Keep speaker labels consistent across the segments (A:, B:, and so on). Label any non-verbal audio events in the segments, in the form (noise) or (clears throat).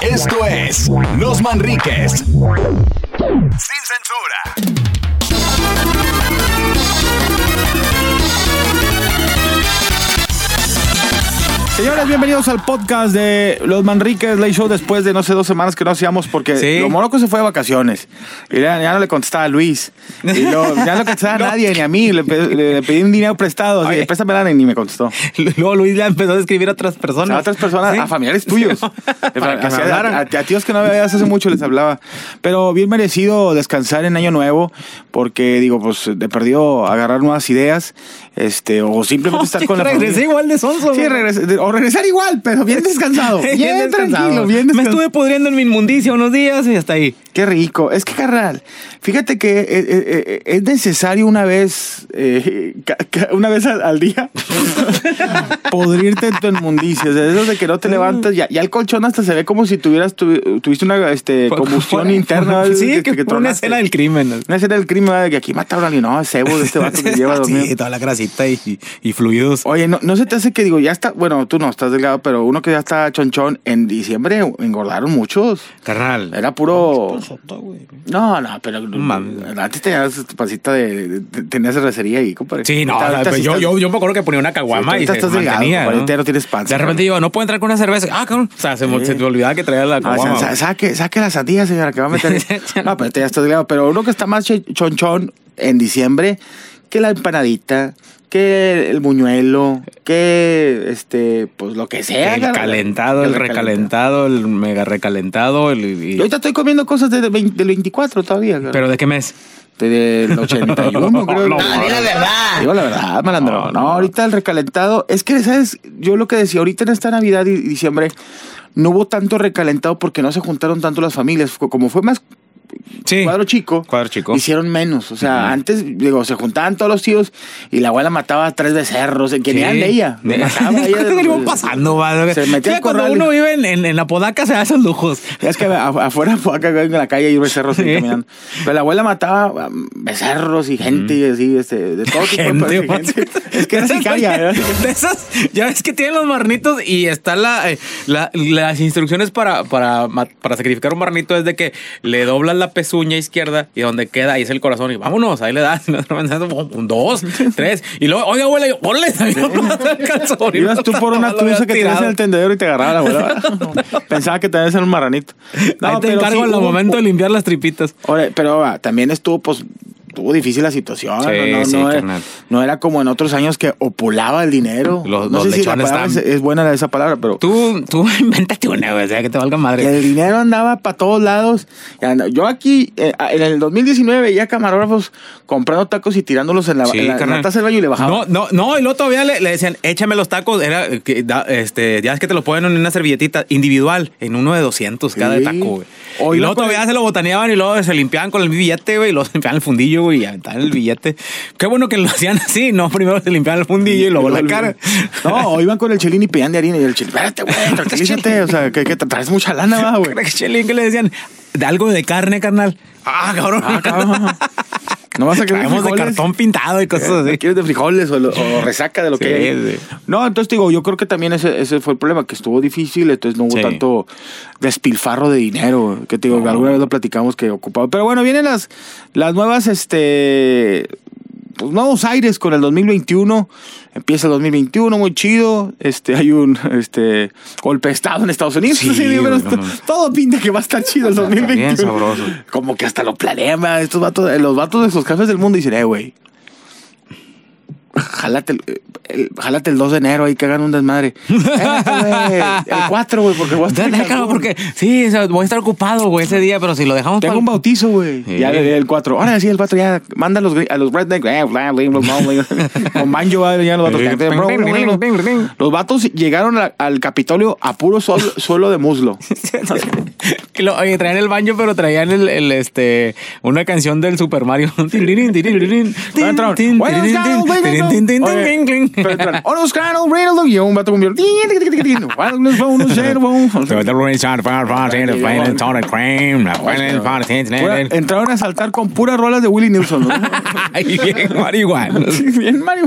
A: Esto es Los Manriques. Sin censura.
B: Señores, bienvenidos al podcast de Los Manriques Late Show después de no sé dos semanas que no hacíamos porque
C: Sí.
B: lo Moroco se fue de vacaciones y ya, ya no le contestaba a Luis y luego ya no le contestaba
C: (laughs)
B: a nadie ni a mí le, pe- le- le pedí un dinero prestado así,
C: Oye.
B: préstamela y ni me contestó
C: (laughs) Luego Luis le empezó a escribir a otras
B: O
C: personas.
B: sea, a otras personas,
C: Sí.
B: a familiares tuyos.
C: (laughs) Sí.
B: Eh,
C: Para que me
B: hacía-
C: hablaran.
B: a, a tíos que no veías hace mucho les hablaba. Pero bien merecido descansar en Año Nuevo, porque digo, pues de perdido agarrar nuevas ideas, este, o
C: (laughs)
B: simplemente estar
C: Sí,
B: con la familia.
C: regresé igual de sonso.
B: Sí,
C: güey.
B: regres- de- o regresar igual, pero
C: (laughs)
B: bien descansado. bien,
C: descansado.
B: tranquilo, bien
C: Me
B: descansado.
C: estuve pudriendo en mi inmundicia unos días y hasta ahí.
B: Qué rico. Es que, carnal, fíjate que eh, eh, eh, es necesario una vez, eh, ca- ca- una vez al, al día, (laughs) podrirte en tu inmundicia. O sea, eso de que no te levantas, ya, ya el colchón hasta se ve como si tuvieras, tu- tuviste una este, combustión
C: Fue-
B: interna.
C: Sí, que, Este fue una
B: tronaste.
C: escena del (laughs) crimen.
B: Una escena del crimen, ¿verdad? de que aquí mataron a alguien. No, es cebo de este vato
C: (laughs)
B: que lleva dormido.
C: sí, toda la grasita y, y- y fluidos.
B: Oye, no, no se te hace que digo, ya está, bueno, tú no estás delgado, pero uno que ya está chonchón, en diciembre engordaron muchos.
C: Carnal.
B: Era puro. No, no, pero
C: mames.
B: antes tenías tu pancita de, de- de- tenías cervecería ahí, compadre.
C: Sí, no,
B: Ahorita-
C: o sea,
B: ahorita
C: pues
B: sí
C: yo,
B: estás-
C: yo, yo me acuerdo que ponía una
B: Sí,
C: caguama
B: ahorita
C: y se
B: estás delgado,
C: mantenía,
B: compadre,
C: ¿no?
B: ahorita no tienes panza.
C: De repente yo, no puedo entrar con una cerveza. Ah, cabrón. O sea, se, me-
B: Sí.
C: se me olvidaba que traía la
B: Ah, o sea,
C: caguama.
B: sa-
C: güey.
B: saque, saque la sandía, señora, que va a
C: (laughs)
B: meter. no, pero te ya estás delgado. Pero uno que está más ch- chonchón en diciembre, que la empanadita, que el buñuelo, que este, pues lo que sea.
C: El
B: cara.
C: calentado, el recalentado, el mega recalentado. El, y-
B: Y ahorita estoy comiendo cosas de- de 20 del 24 todavía. cara.
C: ¿Pero de qué mes?
B: De-
C: (laughs)
B: Del 81, creo.
C: No,
B: Ah,
C: di la
B: verdad. Digo la verdad, malandro.
C: No,
B: No,
C: no.
B: ahorita el recalentado. Es que, ¿sabes? Yo lo que decía, ahorita en esta Navidad y diciembre no hubo tanto recalentado porque no se juntaron tanto las familias. Co- Como fue más
C: Sí.
B: cuadro chico,
C: Cuadro chico.
B: hicieron menos. O sea,
C: Ujú.
B: antes, digo, se juntaban todos los tíos y la abuela mataba a tres becerros. ¿En quién
C: Sí.
B: eran de
C: (laughs)
B: ella?
C: De-
B: Mataba a ella.
C: Cosas que le van pasando, va.
B: Se metía
C: Ya
B: al
C: cuando
B: corral.
C: uno vive en, en- en la podaca se da esos lujos.
B: Es que afu- afuera (laughs) fue acá en la calle hay becerros ahí
C: Sí.
B: caminando. Pero la abuela mataba um, becerros y gente y así, este, de todo tipo de
C: Gente,
B: personas, gente.
C: (laughs)
B: Es que era
C: Esas,
B: sicaria,
C: oye,
B: era
C: De esas, ya ves que tienen los marnitos y está la, eh, la- las instrucciones para, para, ma- para sacrificar un marnito es de que le doblas la pezuña izquierda y donde queda ahí es el corazón y vámonos, ahí le das, (laughs) un
B: (laughs)
C: dos, tres, y luego, oye abuela, yo, órale, no me alcanzó, ahorita
B: Ibas
C: (laughs)
B: tú por una
C: lo había
B: tuza que tenías
C: tirado.
B: en el tendedero y te agarraba la abuela. (laughs) Pensaba que tenías en un marranito.
C: (laughs) Ahí te
B: pero
C: encargo
B: sí
C: en el
B: hubo-
C: momento de limpiar las tripitas.
B: Ahora, pero ah, también estuvo, pues, estuvo difícil la situación.
C: Sí,
B: no, no,
C: sí,
B: no, era,
C: carnal.
B: no era como en otros años que opulaba el dinero.
C: Los-
B: no
C: los
B: sé si la
C: lechones
B: palabra es,
C: estaban-
B: es buena esa palabra, pero...
C: Tú, tú (laughs) invéntate una, güey, o sea, que te valga
B: Y
C: madre.
B: el dinero andaba para todos lados. Y anda- Yo aquí, eh, en el 2019, veía camarógrafos comprando tacos y tirándolos en la, en la- en la
C: carnal.
B: taza del baño y le bajaban.
C: No, no, no, y luego todavía le, le decían, échame los tacos. Era, eh, que, da- este, ya es que te lo ponen en una servilletita individual, en uno de 200 cada
B: Sí.
C: taco, güey.
B: O
C: y
B: iba
C: luego
B: con
C: todavía
B: el-
C: se lo botaneaban y luego se limpiaban con el billete, güey, y luego (laughs) se limpiaban el fundillo, güey, y aventaban el billete. Qué bueno que lo hacían así, ¿no? Primero se limpiaban el
B: (laughs)
C: fundillo y luego la cara.
B: No,
C: (laughs)
B: o iban con el chelín y pedían de harina. Y el chelín, espérate, güey, tranquilízate. O sea, que, que te traes mucha lana, va,
C: (laughs)
B: güey.
C: Chelín, que le decían, de algo de carne, carnal. Ah, cabrón.
B: Ah, cabrón. No vas a querer
C: (laughs) Traemos de
B: frijoles.
C: cartón
B: (laughs)
C: pintado y cosas
B: ¿Qué
C: así.
B: ¿Quieres de frijoles o, lo- (laughs) o resaca de lo que
C: Sí,
B: hay ahí?
C: sí.
B: No, entonces digo, yo creo que también ese, ese fue el problema, que estuvo difícil, entonces no hubo
C: Sí.
B: tanto despilfarro de dinero, que te digo,
C: No.
B: alguna vez lo platicamos que ocupaba. Pero bueno, vienen las, las nuevas, este, pues, nuevos aires con el 2021. Empieza el 2021, muy chido. Este, hay un este, golpe de Estado en Estados Unidos. (laughs)
C: Sí,
B: Sí, digo,
C: güey,
B: pero
C: no mames.
B: todo pinta que va a estar chido el
C: Está bien
B: 2021.
C: sabroso.
B: Como que hasta lo planean, ¿verdad? estos vatos, eh, los vatos de sus cafés del mundo dicen, eh, güey. Jálate el, eh, el- jálate el 2 de enero ahí que hagan un
C: (laughs)
B: desmadre. Eh, güey, el 4, güey, porque voy a estar en
C: Déjalo,
B: Cancún.
C: porque sí, o sea, voy a estar ocupado, güey, ese día, pero si lo dejamos
B: Tengo
C: pa'l-
B: un bautizo, güey.
C: Sí.
B: Ya le di el 4. Ahora sí, el 4 ya manda a los, gri- a los redneck. eh, bla, bla, bla, bla, bla. Con banjo va a venir los vatos.
C: Sí.
B: Bro, bro, bro, bro. Los vatos llegaron a- al Capitolio a puro
C: (laughs)
B: sol- suelo de muslo.
C: Que lo- oye, traían el baño, pero traían el, el, este una canción del Super Mario. Tin, tirin, tirin, tirin, tin,
B: entraron.
C: tin,
B: Buenos
C: tirin,
B: días,
C: tin,
B: buenos
C: tirin, Tin, tin, tin,
B: Oye,
C: clink, clink.
B: pero en plan, "Oros, claro, Reynolds", Y un vato con violín. Wireless phone, no sé,
C: (laughs)
B: phone.
C: eh.
B: Pura- Entraron a saltar con puras rolas de Willie
C: (laughs)
B: Nelson. ¿no?
C: Ay, bien (laughs) marihuanos.
B: Sí, Bien, Mario.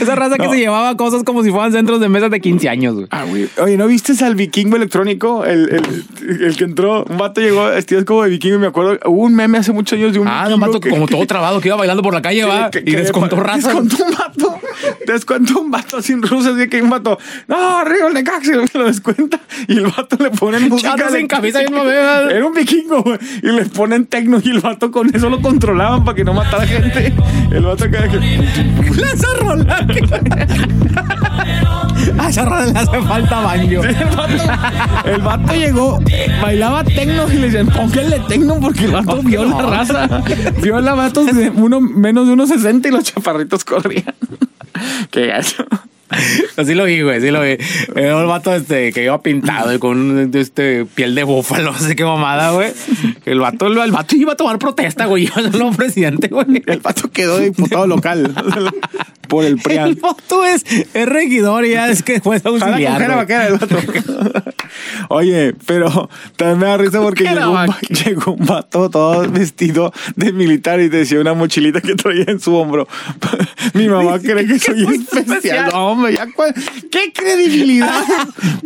C: Esa raza que se llevaba cosas como si fueran centros de mesas de 15 años, güey.
B: Ah, güey. Oye, ¿no viste al vikingo electrónico? El, el- el que entró, un vato llegó vestido como de vikingo. y Me acuerdo, hubo un meme hace muchos años de un
C: Ah, no,
B: vikingo
C: mato,
B: que-
C: como todo trabado que iba bailando por la calle, va.
B: que-
C: y
B: que-
C: descontó raza.
B: Descontó un vato. Descontó un vato sin rusas. Y que un vato, no, arriba el Necaxa", y lo descuenta. Y el vato le
C: (laughs)
B: ponen música.
C: Chato sin
B: electrónica.
C: camisa, yo no veo.
B: Era un vikingo, güey. Y le ponen tecno. Y el vato con eso lo controlaban para que no matara gente. El vato acá de que.
C: Lanza rola. A esa rola le hace falta baño.
B: El vato, el vato llegó, eh, bailaba tecno y le decían, póngale tecno porque el vato vio la raza. Vio la vatos de uno, menos de unos 60 y los chaparritos corrían. (laughs) Qué gacho.
C: Así lo vi, güey, (laughs) sí lo vi. Era un vato este, que iba pintado y con un, este, piel de búfalo, (laughs) no sé qué mamada, güey. El vato, el, vato iba a tomar protesta, güey. (laughs) Iba a ser un presidente, güey.
B: El vato quedó diputado local por el
C: El
B: PRIAN.
C: vato es, es regidor y ya es que juez
B: Ojalá
C: auxiliar.
B: cojera
C: güey.
B: vaquera el vato. (laughs) Oye, pero también me da risa porque
C: Cojera
B: llegó un, va- llegó un vato todo vestido de militar y decía una mochilita que traía en su hombro. (laughs) Mi mamá cree que soy
C: soy
B: especial.
C: especial.
B: No, hombre, ya cuál- ¿Qué (laughs) credibilidad?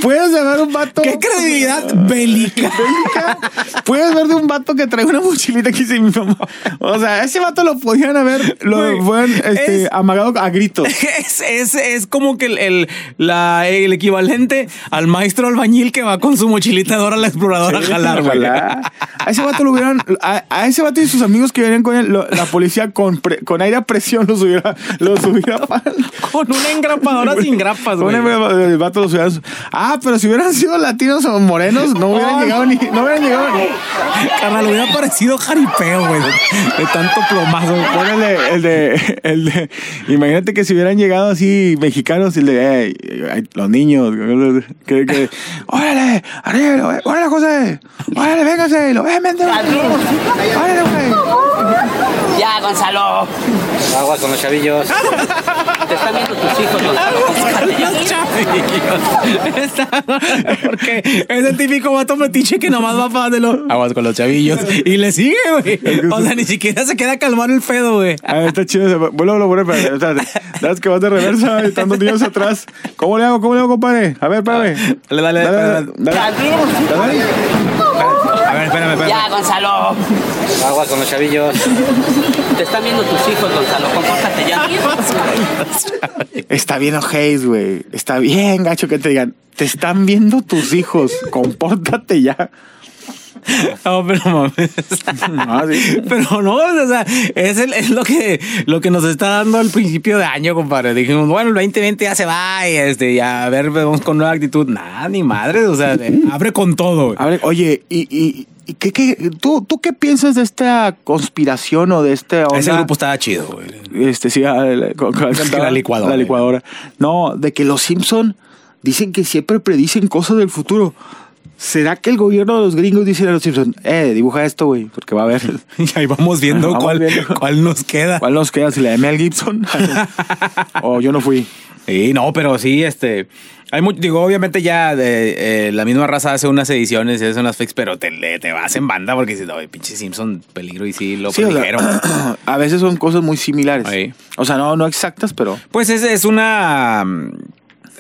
B: Puedes llamar un vato.
C: ¿Qué credibilidad bélica? (laughs)
B: Bélica. Puedes ver de un vato que trae una mochilita que dice mi mamá. O sea, ese vato lo podían haber, lo
C: Güey,
B: pueden este,
C: es-
B: amagado a gritos.
C: Es, es, es como que el, el, la- el equivalente al maestro albañil que va con su mochilita de oro a la exploradora a jalar, güey.
B: Ojalá. A ese vato lo hubieran. A, a ese vato y sus amigos que venían con él, lo- la policía con, pre- con aire a presión los hubiera. Los
C: (laughs)
B: hubiera
C: Con una engrapadora sin
B: (laughs)
C: grapas,
B: Con
C: güey.
B: el- el vato los hubiera- Ah, pero si hubieran sido latinos o morenos, no hubieran
C: Oh,
B: llegado ni. No hubieran llegado ni.
C: Carnal, hubiera parecido jaripeo, güey. De, de tanto plomazo.
B: (laughs) Ponele el de, el de. Imagínate que si hubieran llegado así mexicanos y el de. "Ey, ey, los niños. Que, que, órale, arriba, órale, José. Órale, véngase. Lo ven, vente. Órale, güey.
D: Ya, Gonzalo.
E: Agua con los chavillos.
D: Te están viendo tus hijos, Gonzalo.
C: Los chavillos. Está- Porque es el típico vato metiche que nomás va para de los aguas con los chavillos y le sigue, güey. O sea, ni siquiera se queda a calmar el pedo, güey.
B: Ah, está chido. ese. Vuelvo a lo bueno, espérate, espérate. Das que vas de reversa y tantos niños atrás. ¿Cómo le hago? ¿Cómo le hago, compadre? A ver, espérame.
C: Dale, dale,
B: Dale, dale, dale.
C: A ver, espérame, espérame.
D: Ya, Gonzalo.
E: Agua con los chavillos.
D: Te están viendo tus hijos, Gonzalo. Compórtate ya.
B: Está bien ojéis, güey. Está bien, gacho, que te digan. Te están viendo tus hijos. (laughs) Compórtate ya.
C: No, pero mames.
B: Ah, sí.
C: Pero no, o sea, es, el- es lo, que, lo que nos está dando al principio de año, compadre. Dijimos, bueno, el 2020 ya se va y este, ya a ver, vamos con nueva actitud. Nada, ni madre, o sea, de- abre con todo.
B: A ver, oye, ¿y, y, y qué, qué, tú, tú qué piensas de esta conspiración o de este onda?
C: Ese grupo estaba chido, güey.
B: Este, sí, ah, el- con- con- cantaba-
C: La licuadora.
B: La licuadora. No, de que los Simpson dicen que siempre predicen cosas del futuro. ¿Será que el gobierno de los gringos dice a los Simpson, eh, dibuja esto, güey, porque va a ver (laughs)
C: (laughs) Y ahí vamos viendo,
B: Vamos
C: cuál,
B: viendo.
C: (laughs) cuál nos queda.
B: cuál nos queda si la de Mel Gibson? (laughs) o yo no fui.
C: Sí, no, pero sí, este. Hay mucho, digo, obviamente ya de, eh, la misma raza hace unas ediciones y hace unas fix, pero te, le- te vas en banda porque dices, no, pinche Simpson, peligro y sí, lo
B: Sí, o sea,
C: predijeron.
B: (clears throat)
C: (clears throat)
B: a veces son cosas muy similares.
C: Ahí.
B: O sea, no, no exactas, pero...
C: Pues es, es una. mm,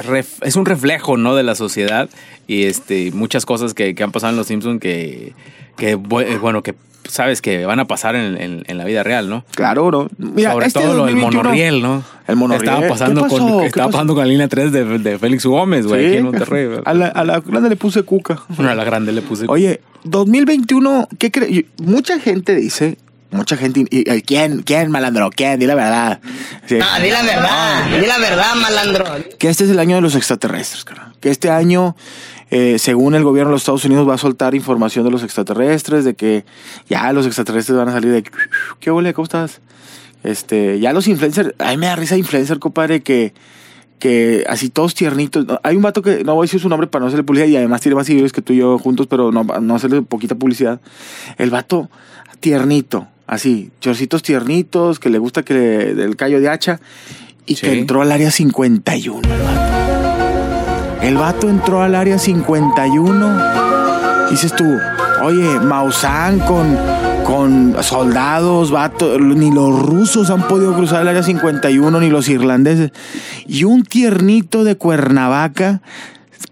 C: ref- es un reflejo, ¿no? De la sociedad y este, muchas cosas que, que han pasado en Los Simpsons que, que, bu- eh, bueno, que sabes que van a pasar en, en- en la vida real, ¿no?
B: Claro, ¿no? Mira,
C: Sobre
B: este
C: todo lo del
B: 2021,
C: monorriel, ¿no?
B: El monorriel.
C: Estaba pasando,
B: ¿Qué pasó?
C: Con,
B: ¿Qué
C: estaba
B: pasó?
C: pasando con la línea 3 de, de Félix Gómez, güey,
B: Sí.
C: aquí
B: (laughs)
C: en Monterrey. güey.
B: A la, a la grande le puse
C: (laughs)
B: cuca.
C: Bueno, a la grande le puse.
B: Oye, 2021, ¿qué cre- y- Mucha gente dice, mucha gente, y- y- ¿quién, quién, malandro? ¿Quién? Di la verdad. Sí,
D: di la verdad. Di la verdad, malandro.
B: Que este es el año de los extraterrestres, carnal. Que este año, eh, según el gobierno de los Estados Unidos, va a soltar información de los extraterrestres, de que ya los extraterrestres van a salir de... ¿Qué huele? ¿Cómo estás? Este, ya los influencers, a mí me da risa influencer, compadre, que, que así todos tiernitos. no, Hay un vato que no voy a decir su nombre para no hacerle publicidad y además tiene más seguidores que tú y yo juntos, pero no, no hacerle poquita publicidad. El vato tiernito, así, chorcitos tiernitos, que le gusta que le- el callo de hacha. y que
F: Sí.
B: entró al área 51. El vato. el vato entró al área 51. Dices tú, oye, Maussan con, con soldados, vato, ni los rusos han podido cruzar el área 51, ni los irlandeses. Y un tiernito de Cuernavaca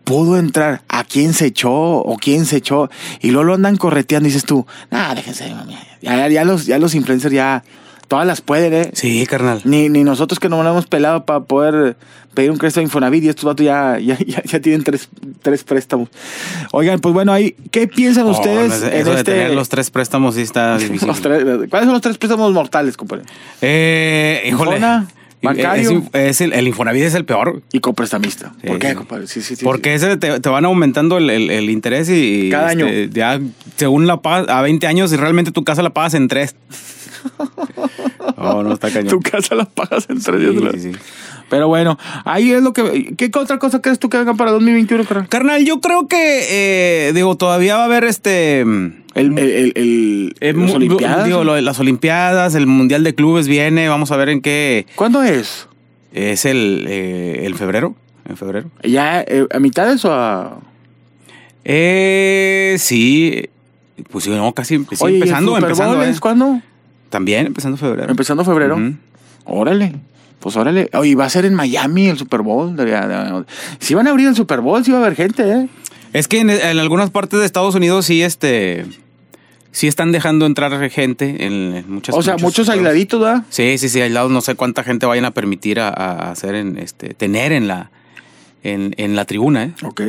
B: pudo entrar. ¿A quién se echó o quién se echó? Y luego lo andan correteando. Dices tú, ah, déjense, de mami. Ya, ya- ya los, ya los influencers ya todas las pueden, ¿eh?
F: Sí, carnal.
B: Ni, ni nosotros que no nos hemos pelado para poder pedir un crédito de Infonavit y estos vatos ya, (laughs) ya, ya, ya tienen tres, tres préstamos. Oigan, pues bueno, ahí, ¿qué piensan ustedes
C: Oh, no,
B: en
C: eso de
B: este-
C: tener los tres préstamos sí está
B: (laughs)
C: difícil.
B: los tres- ¿Cuáles son los tres préstamos mortales, compadre?
C: Eh, híjole.
B: Infona, bancario.
C: Es- es el, el Infonavit es el peor.
B: Y coprestamista. ¿Por
C: Sí,
B: qué,
C: sí.
B: compadre? Sí, sí, sí.
C: Porque ese te, te van aumentando el, el- el interés y. y,
B: Cada año.
C: Ya, según la pagas a 20 años, y realmente tu casa la pagas en tres.
B: (laughs)
C: No, no está
B: sí.
C: cañón.
B: Tu casa la pagas en tres
C: Sí,
B: días. ¿verdad?
C: sí, sí.
B: Pero bueno, ahí es lo que... ¿Qué otra cosa crees tú que venga para 2021, carnal?
C: Carnal, yo creo que, eh, digo, todavía va a haber este. mm,
B: El, el, el, el-
C: eh,
B: las
C: mu-
B: Olimpiadas.
C: digo, lo de las Olimpiadas, el Mundial de Clubes viene, vamos a ver en qué.
B: ¿Cuándo es?
C: Es el, eh, el febrero. En febrero.
B: ¿Ya eh, a mitades o a...?
C: Eh, sí. Pues sí, no, casi sí,
B: Oye, ¿y el
C: empezando,
B: Super Bowl
C: empezando. eh.
B: es ¿Cuándo?
C: También empezando febrero.
B: Empezando febrero.
C: Ujú.
B: Órale. Pues órale. Oye, va a ser en Miami el Super Bowl. Si van a abrir el Super Bowl, si va a haber gente, ¿eh?
C: Es que en, en algunas partes de Estados Unidos sí, este. Sí están dejando entrar gente en muchas
B: o sea, muchos,
C: estados.
B: aisladitos, ¿verdad?
C: Sí, sí, sí, aislados. No sé cuánta gente vayan a permitir a, a hacer en este. tener en la. En, en la tribuna, ¿eh?
B: Ok.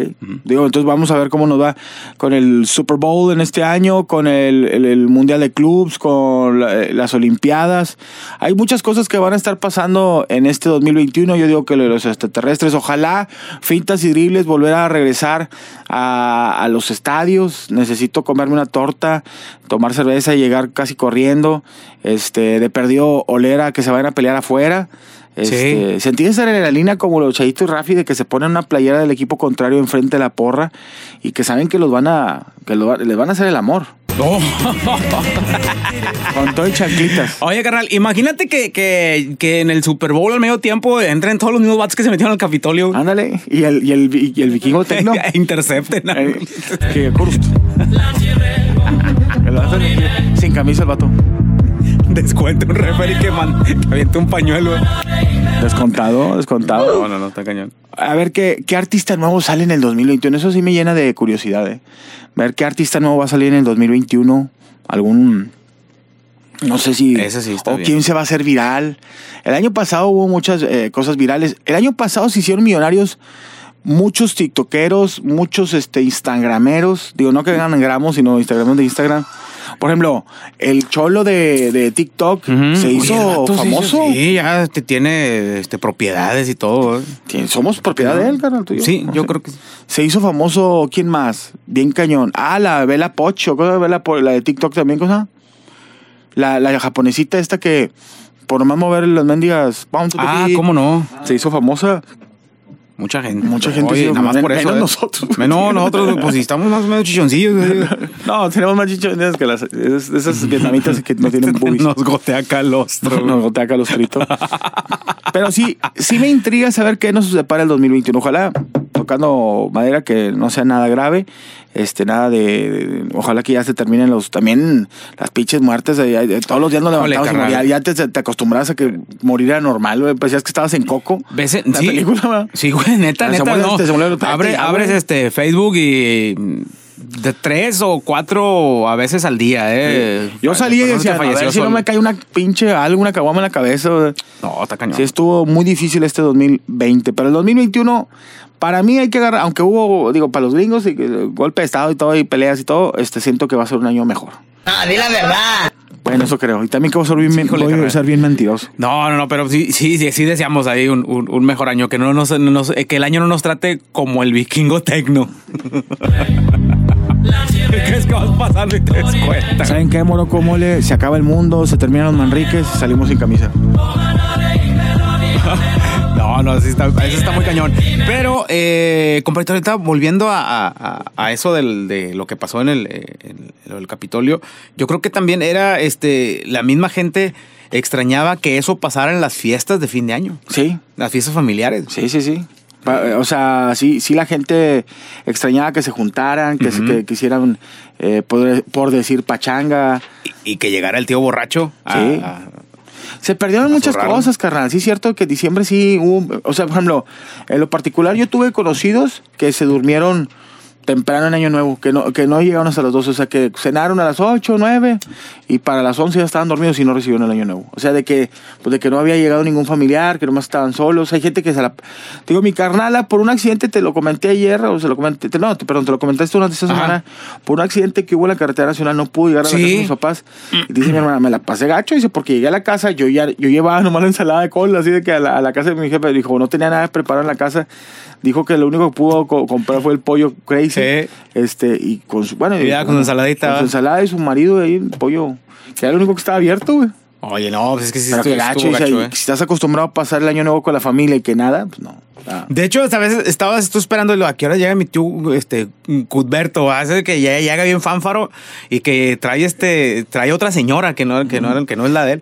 B: Digo, entonces vamos a ver cómo nos va con el Super Bowl en este año, con el, el- el Mundial de Clubs, con la- eh, las Olimpiadas. Hay muchas cosas que van a estar pasando en este 2021. Yo digo que lo de los extraterrestres, ojalá fintas y dribles volver a regresar a, a los estadios. Necesito comerme una torta, tomar cerveza y llegar casi corriendo. Este, de perdido olera que se vayan a pelear afuera. Este, Sentí esa adrenalina como los Chayito y Rafi de que se ponen una playera del equipo contrario enfrente de la porra y que saben que los van a que lo- les van a hacer el amor.
C: Oh.
B: Con todo y
C: (laughs)
B: chanclitas.
C: Oye, carnal, imagínate que, que, que en el Super Bowl al medio tiempo entren todos los mismos bats que se metieron al Capitolio. (laughs)
B: Ándale, y el, y el, vi- y el vikingo tecno.
C: E Intercepten. a-
B: Eh, que curso. (laughs) Que lo hacen Sin camisa el vato.
C: Descuente un referee que, man, que aviente un pañuelo. eh.
B: Descontado, descontado.
C: No, no, no, está cañón.
B: A ver qué, qué artista nuevo sale en el 2021. Eso sí me llena de curiosidad. eh. Ver qué artista nuevo va a salir en el 2021. Algún. No sé si.
C: Ese sí está
B: o
C: bien.
B: quién se va a hacer viral. El año pasado hubo muchas eh, cosas virales. El año pasado se hicieron millonarios muchos tiktokeros, muchos este, instagrameros. Digo, no que vengan gramos, sino instagramos de Instagram. Por ejemplo, el cholo de, de TikTok se
C: Ujú. Oye, el
B: hizo
C: vato se
B: famoso.
C: hizo- sí, ya este, tiene este, propiedades y todo. eh.
B: Sí, Somos propiedad de él, carnal, tú y
C: Sí,
B: No
C: yo
B: sé.
C: creo que sí.
B: Se hizo famoso, ¿quién más? Bien cañón. Ah, la Vela Pocho, ¿cómo se llama Bella Po- la de TikTok también, cosa. La, la japonesita esta que por más mover las mendigas, pam, tu, tu,
C: Ah,
B: ti,
C: cómo no.
B: Se hizo famosa.
C: Mucha gente.
B: Mucha gente
C: Oye,
B: sí,
C: nada más
B: men-
C: por eso.
B: menos
C: eh. (laughs)
B: nosotros.
C: Menos nosotros, pues si estamos más o menos chichoncillos.
B: (laughs)
C: eh.
B: No, tenemos más chichones que las esas, esas vietnamitas que no
C: (laughs)
B: tienen boobies.
C: Nos gotea calostro.
B: Nos gotea acá los tritos. (laughs) Pero sí, sí me intriga saber qué nos depara el 2021. Ojalá, tocando madera, que no sea nada grave. Este, nada de. de- ojalá que ya se terminen los. También las pinches muertes. eh, eh, todos los días nos
C: Ole,
B: levantamos y
C: carnal.
B: moría. Ya te, te acostumbras a que morir era normal. güey. Parecías que estabas en coco.
C: ¿Ves? eh,
B: La
C: sí,
B: película, ¿verdad?
C: Sí, güey, neta,
B: Se
C: neta.
B: muere
C: no.
B: este, se muere el-
C: Abre,
B: ya,
C: abres
B: güey.
C: este Facebook y mm, de tres o cuatro a veces al día, eh.
B: Yo
C: Fa-
B: salí y
C: personas que
B: decía, a ver
C: falleció
B: si no
C: solo.
B: me cae una pinche algo, una caguama en la cabeza. güey.
C: No, está cañón.
B: Sí, estuvo muy difícil este 2020, pero el 2021, para mí hay que agarrar, aunque hubo, digo, para los gringos, y, que- golpe de Estado y todo, y peleas y todo, este, siento que va a ser un año mejor.
G: Ah, di la verdad.
B: Bueno, eso creo. Y también que voy a ser bien,
C: Híjole,
B: voy a
C: carnal.
B: ser bien mentiroso.
C: No, no, no, pero sí, sí, sí, sí deseamos ahí un, un- un mejor año, que no nos, no nos- eh, que el año no nos trate como el vikingo tecno. (laughs) ¿Qué crees que vas pasando y te des cuenta?
B: ¿Saben qué, Moro? ¿Cómo le? Se acaba el mundo, se terminan los Manriques, salimos sin camisa.
C: No, No, no, sí está, eso está muy cañón. Pero, eh, compadre, ahorita volviendo a, a- a- a eso del- de lo que pasó en el, eh, en lo del Capitolio, yo creo que también era este la misma gente extrañaba que eso pasara en las fiestas de fin de año,
B: Sí,
C: las fiestas familiares.
B: sí, sí, sí. Pa- eh, O sea, sí, sí la gente extrañaba que se juntaran, que, se- que- que hicieran, eh, por, por decir, pachanga.
C: Y, y que llegara el tío borracho. a-
B: Sí.
C: a-
B: Se perdieron muchas
C: Azurraron.
B: cosas, carnal. Sí, es cierto que diciembre sí hubo. O sea, por ejemplo, en lo particular, yo tuve conocidos que se durmieron temprano en Año Nuevo, que no, que no llegaron hasta las 12. O sea, que cenaron a las 8, 9 y para las 11 ya estaban dormidos y no recibieron el Año Nuevo. O sea, de que, pues de que no había llegado ningún familiar, que nomás estaban solos. Hay gente que se la. te Digo, mi carnala, por un accidente, te lo comenté ayer, o se lo comenté. te- no, te- perdón, te lo comentaste durante esta
C: Ajá.
B: semana. Por un accidente que hubo en la carretera nacional, no pude llegar a la
C: Sí.
B: casa de mis papás. Y dice mi hermana, me la pasé gacho. Dice, porque llegué a la casa, yo ya yo llevaba nomás la ensalada de col, así de que a la, a la casa de mi jefe dijo, no tenía nada preparado en la casa. Dijo que lo único que pudo co- comprar fue el pollo crazy.
C: Sí.
B: Este, y con su, bueno,
C: Y ya, con su ensaladita,
B: Con su
C: ¿va?
B: ensalada y su marido ahí, el pollo, que era lo único que estaba abierto, güey.
C: Oye, no, pues es que sí
B: Pero
C: estuvo-
B: que gacho,
C: estuvo
B: dice,
C: gacho,
B: y
C: eh.
B: si estás acostumbrado a pasar el año nuevo con la familia y que nada, pues no. Ah.
C: De hecho, esta vez estaba estoy esperando a qué hora llega mi tío este Cudberto, hace que ya llega bien fánfaro y que trae este trae otra señora que no que no era- que no es la de él.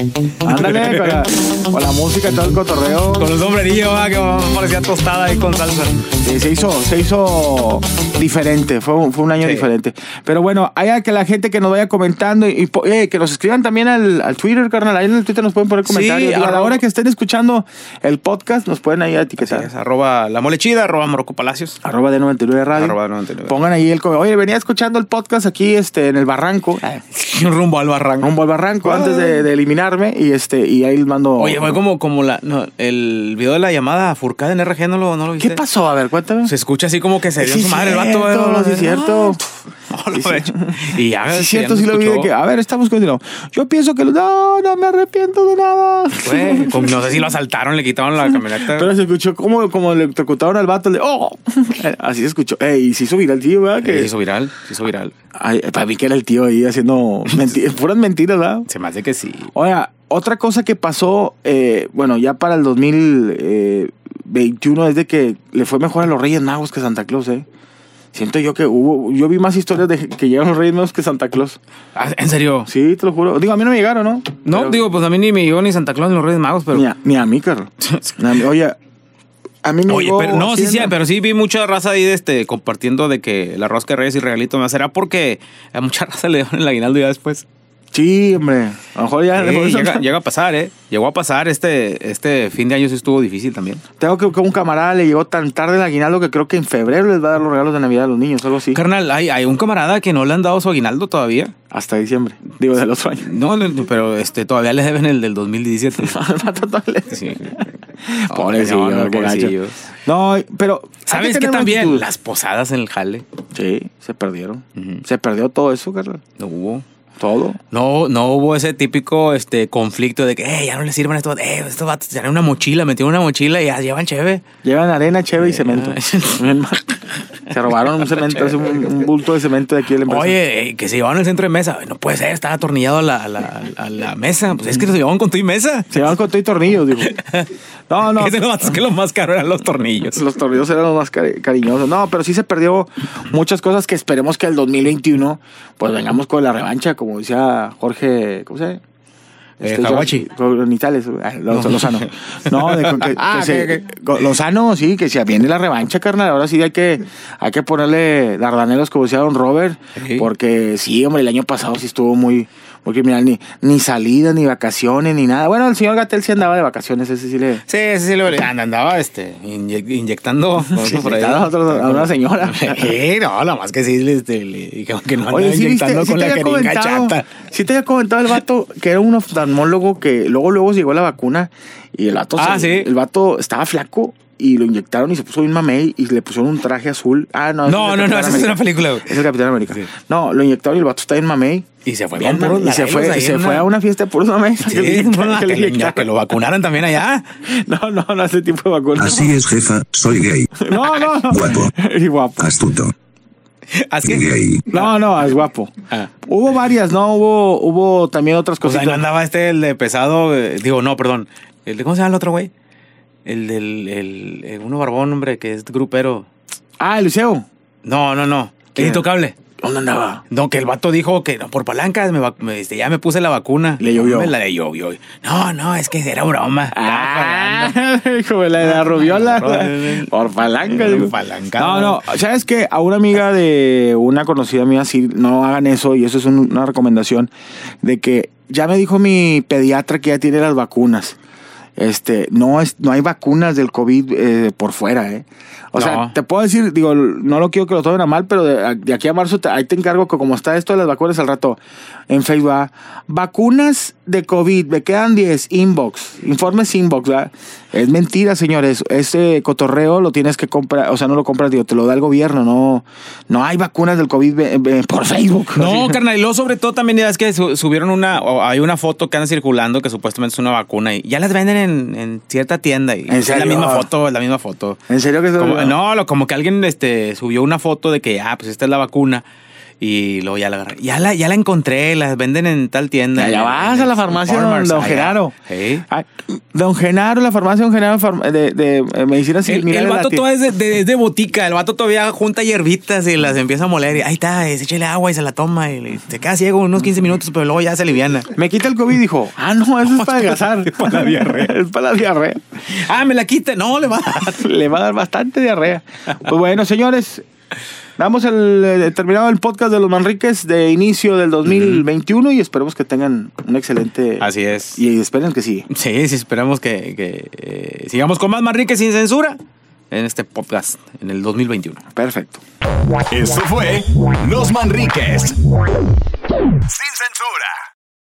B: Ándale, con la, con la música y todo el cotorreo.
C: Con el sombrerillo, ah, que parecía tostada ahí con salsa.
B: Sí, se hizo, se hizo diferente, fue un, fue un año
C: Sí.
B: diferente. Pero bueno, hay a que la gente que nos vaya comentando y, y po- eh, que nos escriban también al, al Twitter, carnal. Ahí en el Twitter nos pueden poner
C: Sí,
B: comentarios. Digo, a la
C: arroba-
B: hora que estén escuchando el podcast, nos pueden ahí etiquetar.
C: Es arroba la mole chida, arroba Morocco Palacios.
B: Arroba de 99 Radio.
C: Arroba D99.
B: Pongan ahí el. co- Oye, venía escuchando el podcast aquí este, en el barranco.
C: (laughs) Ah. Rumbo al barranco.
B: Rumbo al barranco antes de, de eliminarme. Y este y ahí les mando.
C: Oye, fue como, como la, no, el video de la llamada a Furcada en RG, ¿no lo, no lo viste?
B: ¿Qué pasó? A ver, cuéntame.
C: Se escucha así como que se dio
B: Sí,
C: en su madre el vato.
B: cierto,
C: ¿no? Ah,
B: sí, cierto.
C: No, lo
B: Sí, sí.
C: he hecho. Y ya,
B: Sí,
C: que
B: es cierto,
C: ya no
B: sí lo vi de
C: escuchó.
B: que, a ver, estamos continuando. Yo pienso que lo- no, no me arrepiento de nada. (laughs)
C: Güey, como- no sé si lo asaltaron, le quitaron la camioneta.
B: Pero se escuchó como, como le electrocutaron al vato, le, (laughs) oh, así se escuchó. Ey, y se hizo viral el tío, ¿verdad?
C: Se
B: Que,
C: hizo viral, se hizo viral.
B: Ay, para mí que era el tío ahí (laughs) haciendo menti- puras mentiras, ¿verdad?
C: Se me hace que sí.
B: Oiga, otra cosa que pasó, eh, bueno, ya para el 2021 es de que le fue mejor a los Reyes Magos que Santa Claus, ¿eh? Siento yo que hubo, yo vi más historias de que llegaron los Reyes Magos que Santa Claus.
C: Ah, En serio.
B: Sí, te lo juro. Digo, a mí no me llegaron, ¿no?
C: No,
B: Pero-
C: digo, pues a mí ni me llegó ni Santa Claus ni los Reyes Magos, pero.
B: Ni a, ni a mí, carnal. Ni a mí. Oye, a mí me
C: (laughs) Oye,
B: llegó
C: pero no, sí, sí,
B: Hacienda.
C: pero sí vi mucha raza ahí de este, compartiendo de que la rosca de Reyes y regalito me será Ah, porque a mucha (laughs) raza le dieron el aguinaldo ya después.
B: Sí, hombre. A lo mejor ya...
C: Eh,
B: Ah, por eso-
C: llega, llega a pasar, ¿eh? Llegó a pasar. Este, este fin de año sí estuvo difícil también.
B: Tengo que que un camarada le llegó tan tarde el aguinaldo que creo que en febrero les va a dar los regalos de Navidad a los niños, algo así.
C: Carnal, hay, hay un camarada que no le han dado su aguinaldo todavía.
B: Hasta diciembre. Digo, del otro año. (laughs)
C: No, no, pero este, todavía le deben el del 2017. Sí.
B: (laughs) Pobrecillo,
C: No, no,
B: qué gacho.
C: pobrecillos.
B: No, pero... hay
C: ¿Sabes que
B: tener buena
C: también?
B: actitud.
C: Las posadas en el jale.
B: Sí, se perdieron. Se perdió todo eso, carnal.
C: No hubo.
B: Todo.
C: No, no hubo ese típico este, conflicto de que "Eh, ya no le sirven a estos, eh, estos vatos tienen una mochila, metieron una mochila y ya llevan cheve.
B: Llevan arena,
C: Eh,
B: cheve y
C: (laughs)
B: cemento.
C: ay.
B: Bien mal. se robaron un cemento,
C: (laughs)
B: es un, un bulto de cemento de aquí de la empresa.
C: Oye, eh, que se llevaron al centro de mesa. No puede ser, estaba atornillado a la, a la- a la mesa. Pues es que se llevaban con tu y mesa.
B: Se llevan con todo y tornillos, dijo. No, no.
C: (laughs) Es, lo más, es que lo más caro eran los tornillos.
B: (laughs) Los tornillos eran los más cari- cariñosos. No, pero sí se perdió muchas cosas que esperemos que el 2021 pues vengamos con la revancha, como decía Jorge, ¿cómo se llama?
C: Eh, Jaguachi.
B: Con los nitales, ah, los- Lozano. No, de, con
C: (laughs)
B: que, que
C: Ah,
B: se- con- Lozano, sí, que si viene la revancha, carnal. Ahora sí hay que, hay que ponerle dardanelos, como decía Don Robert,
C: Sí.
B: porque sí, hombre, el año pasado sí estuvo muy, muy criminal. Ni, ni salida, ni vacaciones, ni nada. Bueno, el señor Gatel sí andaba de vacaciones, ese sí le.
C: Sí, sí, sí, lo and- andaba este, inye- inyectando
B: (laughs) Sí,
C: por ahí.
B: estaba otro- a una (laughs) señora.
C: Eh, (laughs) no, lo más que sí, le, este, le dijeron que no andaba
B: Oye, sí, viste,
C: inyectando
B: sí
C: con
B: te
C: la
B: había
C: jeringa
B: comentado,
C: chata.
B: sí te había comentado el vato que era un oftalmólogo que luego luego llegó la vacuna y el vato,
C: Ah,
B: se-
C: sí.
B: el vato estaba flaco y lo inyectaron y se puso bien mamey y le pusieron un traje azul. Ah, no,
C: No, no, no, esa es una película. güey.
B: Es el Capitán América. No, lo inyectaron y el vato está bien mamey.
C: Y se fue
B: Bien
C: con puros
B: mamey, y se
C: larelos
B: fue,
C: ahí
B: y se
C: en
B: fue
C: una-
B: a una fiesta de puros mameys.
C: Sí,
B: le inyectaron,
C: no,
B: (laughs) que le
C: que, lo- que
B: inyectaron.
C: lo vacunaran también allá. (laughs)
B: No, no, no, ese tipo de vacuna.
G: (laughs) Así es, jefa, soy gay.
B: No, no, no. (laughs)
G: Guapo.
B: Y guapo.
G: Astuto.
C: Así
G: Y
C: que,
G: gay.
B: No, no, es guapo.
C: Ah. pues
B: Hubo varias, ¿no? Hubo, hubo también otras
C: o sea,
B: cositas.
C: no andaba este, el de pesado. eh, digo, no, perdón. El de- ¿Cómo se llama el otro güey?
F: El del. El, el uno barbón, hombre, que es grupero.
B: Ah, el Liceo.
C: No, no, no.
F: El
C: El intoca-
F: intocable.
B: ¿Dónde andaba?
C: No, que el vato dijo que no, por palancas me, vac- me- este, ya me puse la vacuna.
B: Le llovió.
C: Me la le llovió. No, no, es que era broma.
B: Ah, (laughs) hijo de la de la rubiola. Por palanca.
C: Por
B: digo.
C: palanca.
B: No, no. ¿Sabes qué? A una amiga de una conocida mía, sí, no hagan eso, y eso es un- una recomendación, de que ya me dijo mi pediatra que ya tiene las vacunas. Este, no es, no hay vacunas del COVID eh, por fuera, ¿eh? O sea,
C: No.
B: te puedo decir, digo, no lo quiero que lo tomen a mal, pero de, de aquí a marzo te- ahí te encargo que como está esto de las vacunas al rato en Facebook, ¿verdad? vacunas de COVID, me quedan 10, inbox, informes inbox, ¿verdad? Es mentira, señores, ese cotorreo lo tienes que comprar, o sea, no lo compras, digo, te lo da el gobierno, no, no hay vacunas del COVID ve- ve- por Facebook. (laughs)
C: No,
B: Así.
C: carnal, y luego sobre todo también ya es que su- subieron una, o hay una foto que anda circulando que supuestamente es una vacuna y ya las venden en, en cierta tienda y
B: ¿En
C: es la
B: serio? Ah.
C: misma foto, es la misma foto.
B: ¿En serio que se-
C: Como- no, lo- como que alguien este, subió una foto de que, ah, pues esta es la vacuna y luego ya la agarré. Ya la, ya la encontré, las venden en tal tienda.
B: Allá
C: En-
B: vas
C: en-
B: a la
C: en
B: farmacia don,
C: Walmart,
B: don
C: allá.
B: Genaro.
C: Sí.
B: Ay, don Genaro, la farmacia Don Genaro farm- de, de, eh, medicina
C: El,
B: civil.
C: el
B: mira,
C: vato
B: la ti-
C: todavía es de, de- es de botica, el vato todavía junta hierbitas y las empieza a moler. Y ahí está, es, échale agua y se la toma y le- se queda ciego unos 15 minutos, pero luego ya se aliviana.
B: Me quita el COVID, dijo. Ah, no, eso es para adelgazar.
C: Es para la diarrea.
B: (laughs) es para la diarrea.
C: Ah, me la quita. No, le va a dar.
B: Le va a dar bastante diarrea. Pues bueno, señores, damos el eh, terminado el podcast de los Manriques de inicio del 2021 y esperemos que tengan un excelente.
C: (laughs) Así es.
B: Y esperen que sí.
C: Sí, sí, esperamos que, que, eh, sigamos con más Manrique sin censura en este podcast en el 2021.
B: Perfecto.
A: Esto fue Los Manriques. Sin censura.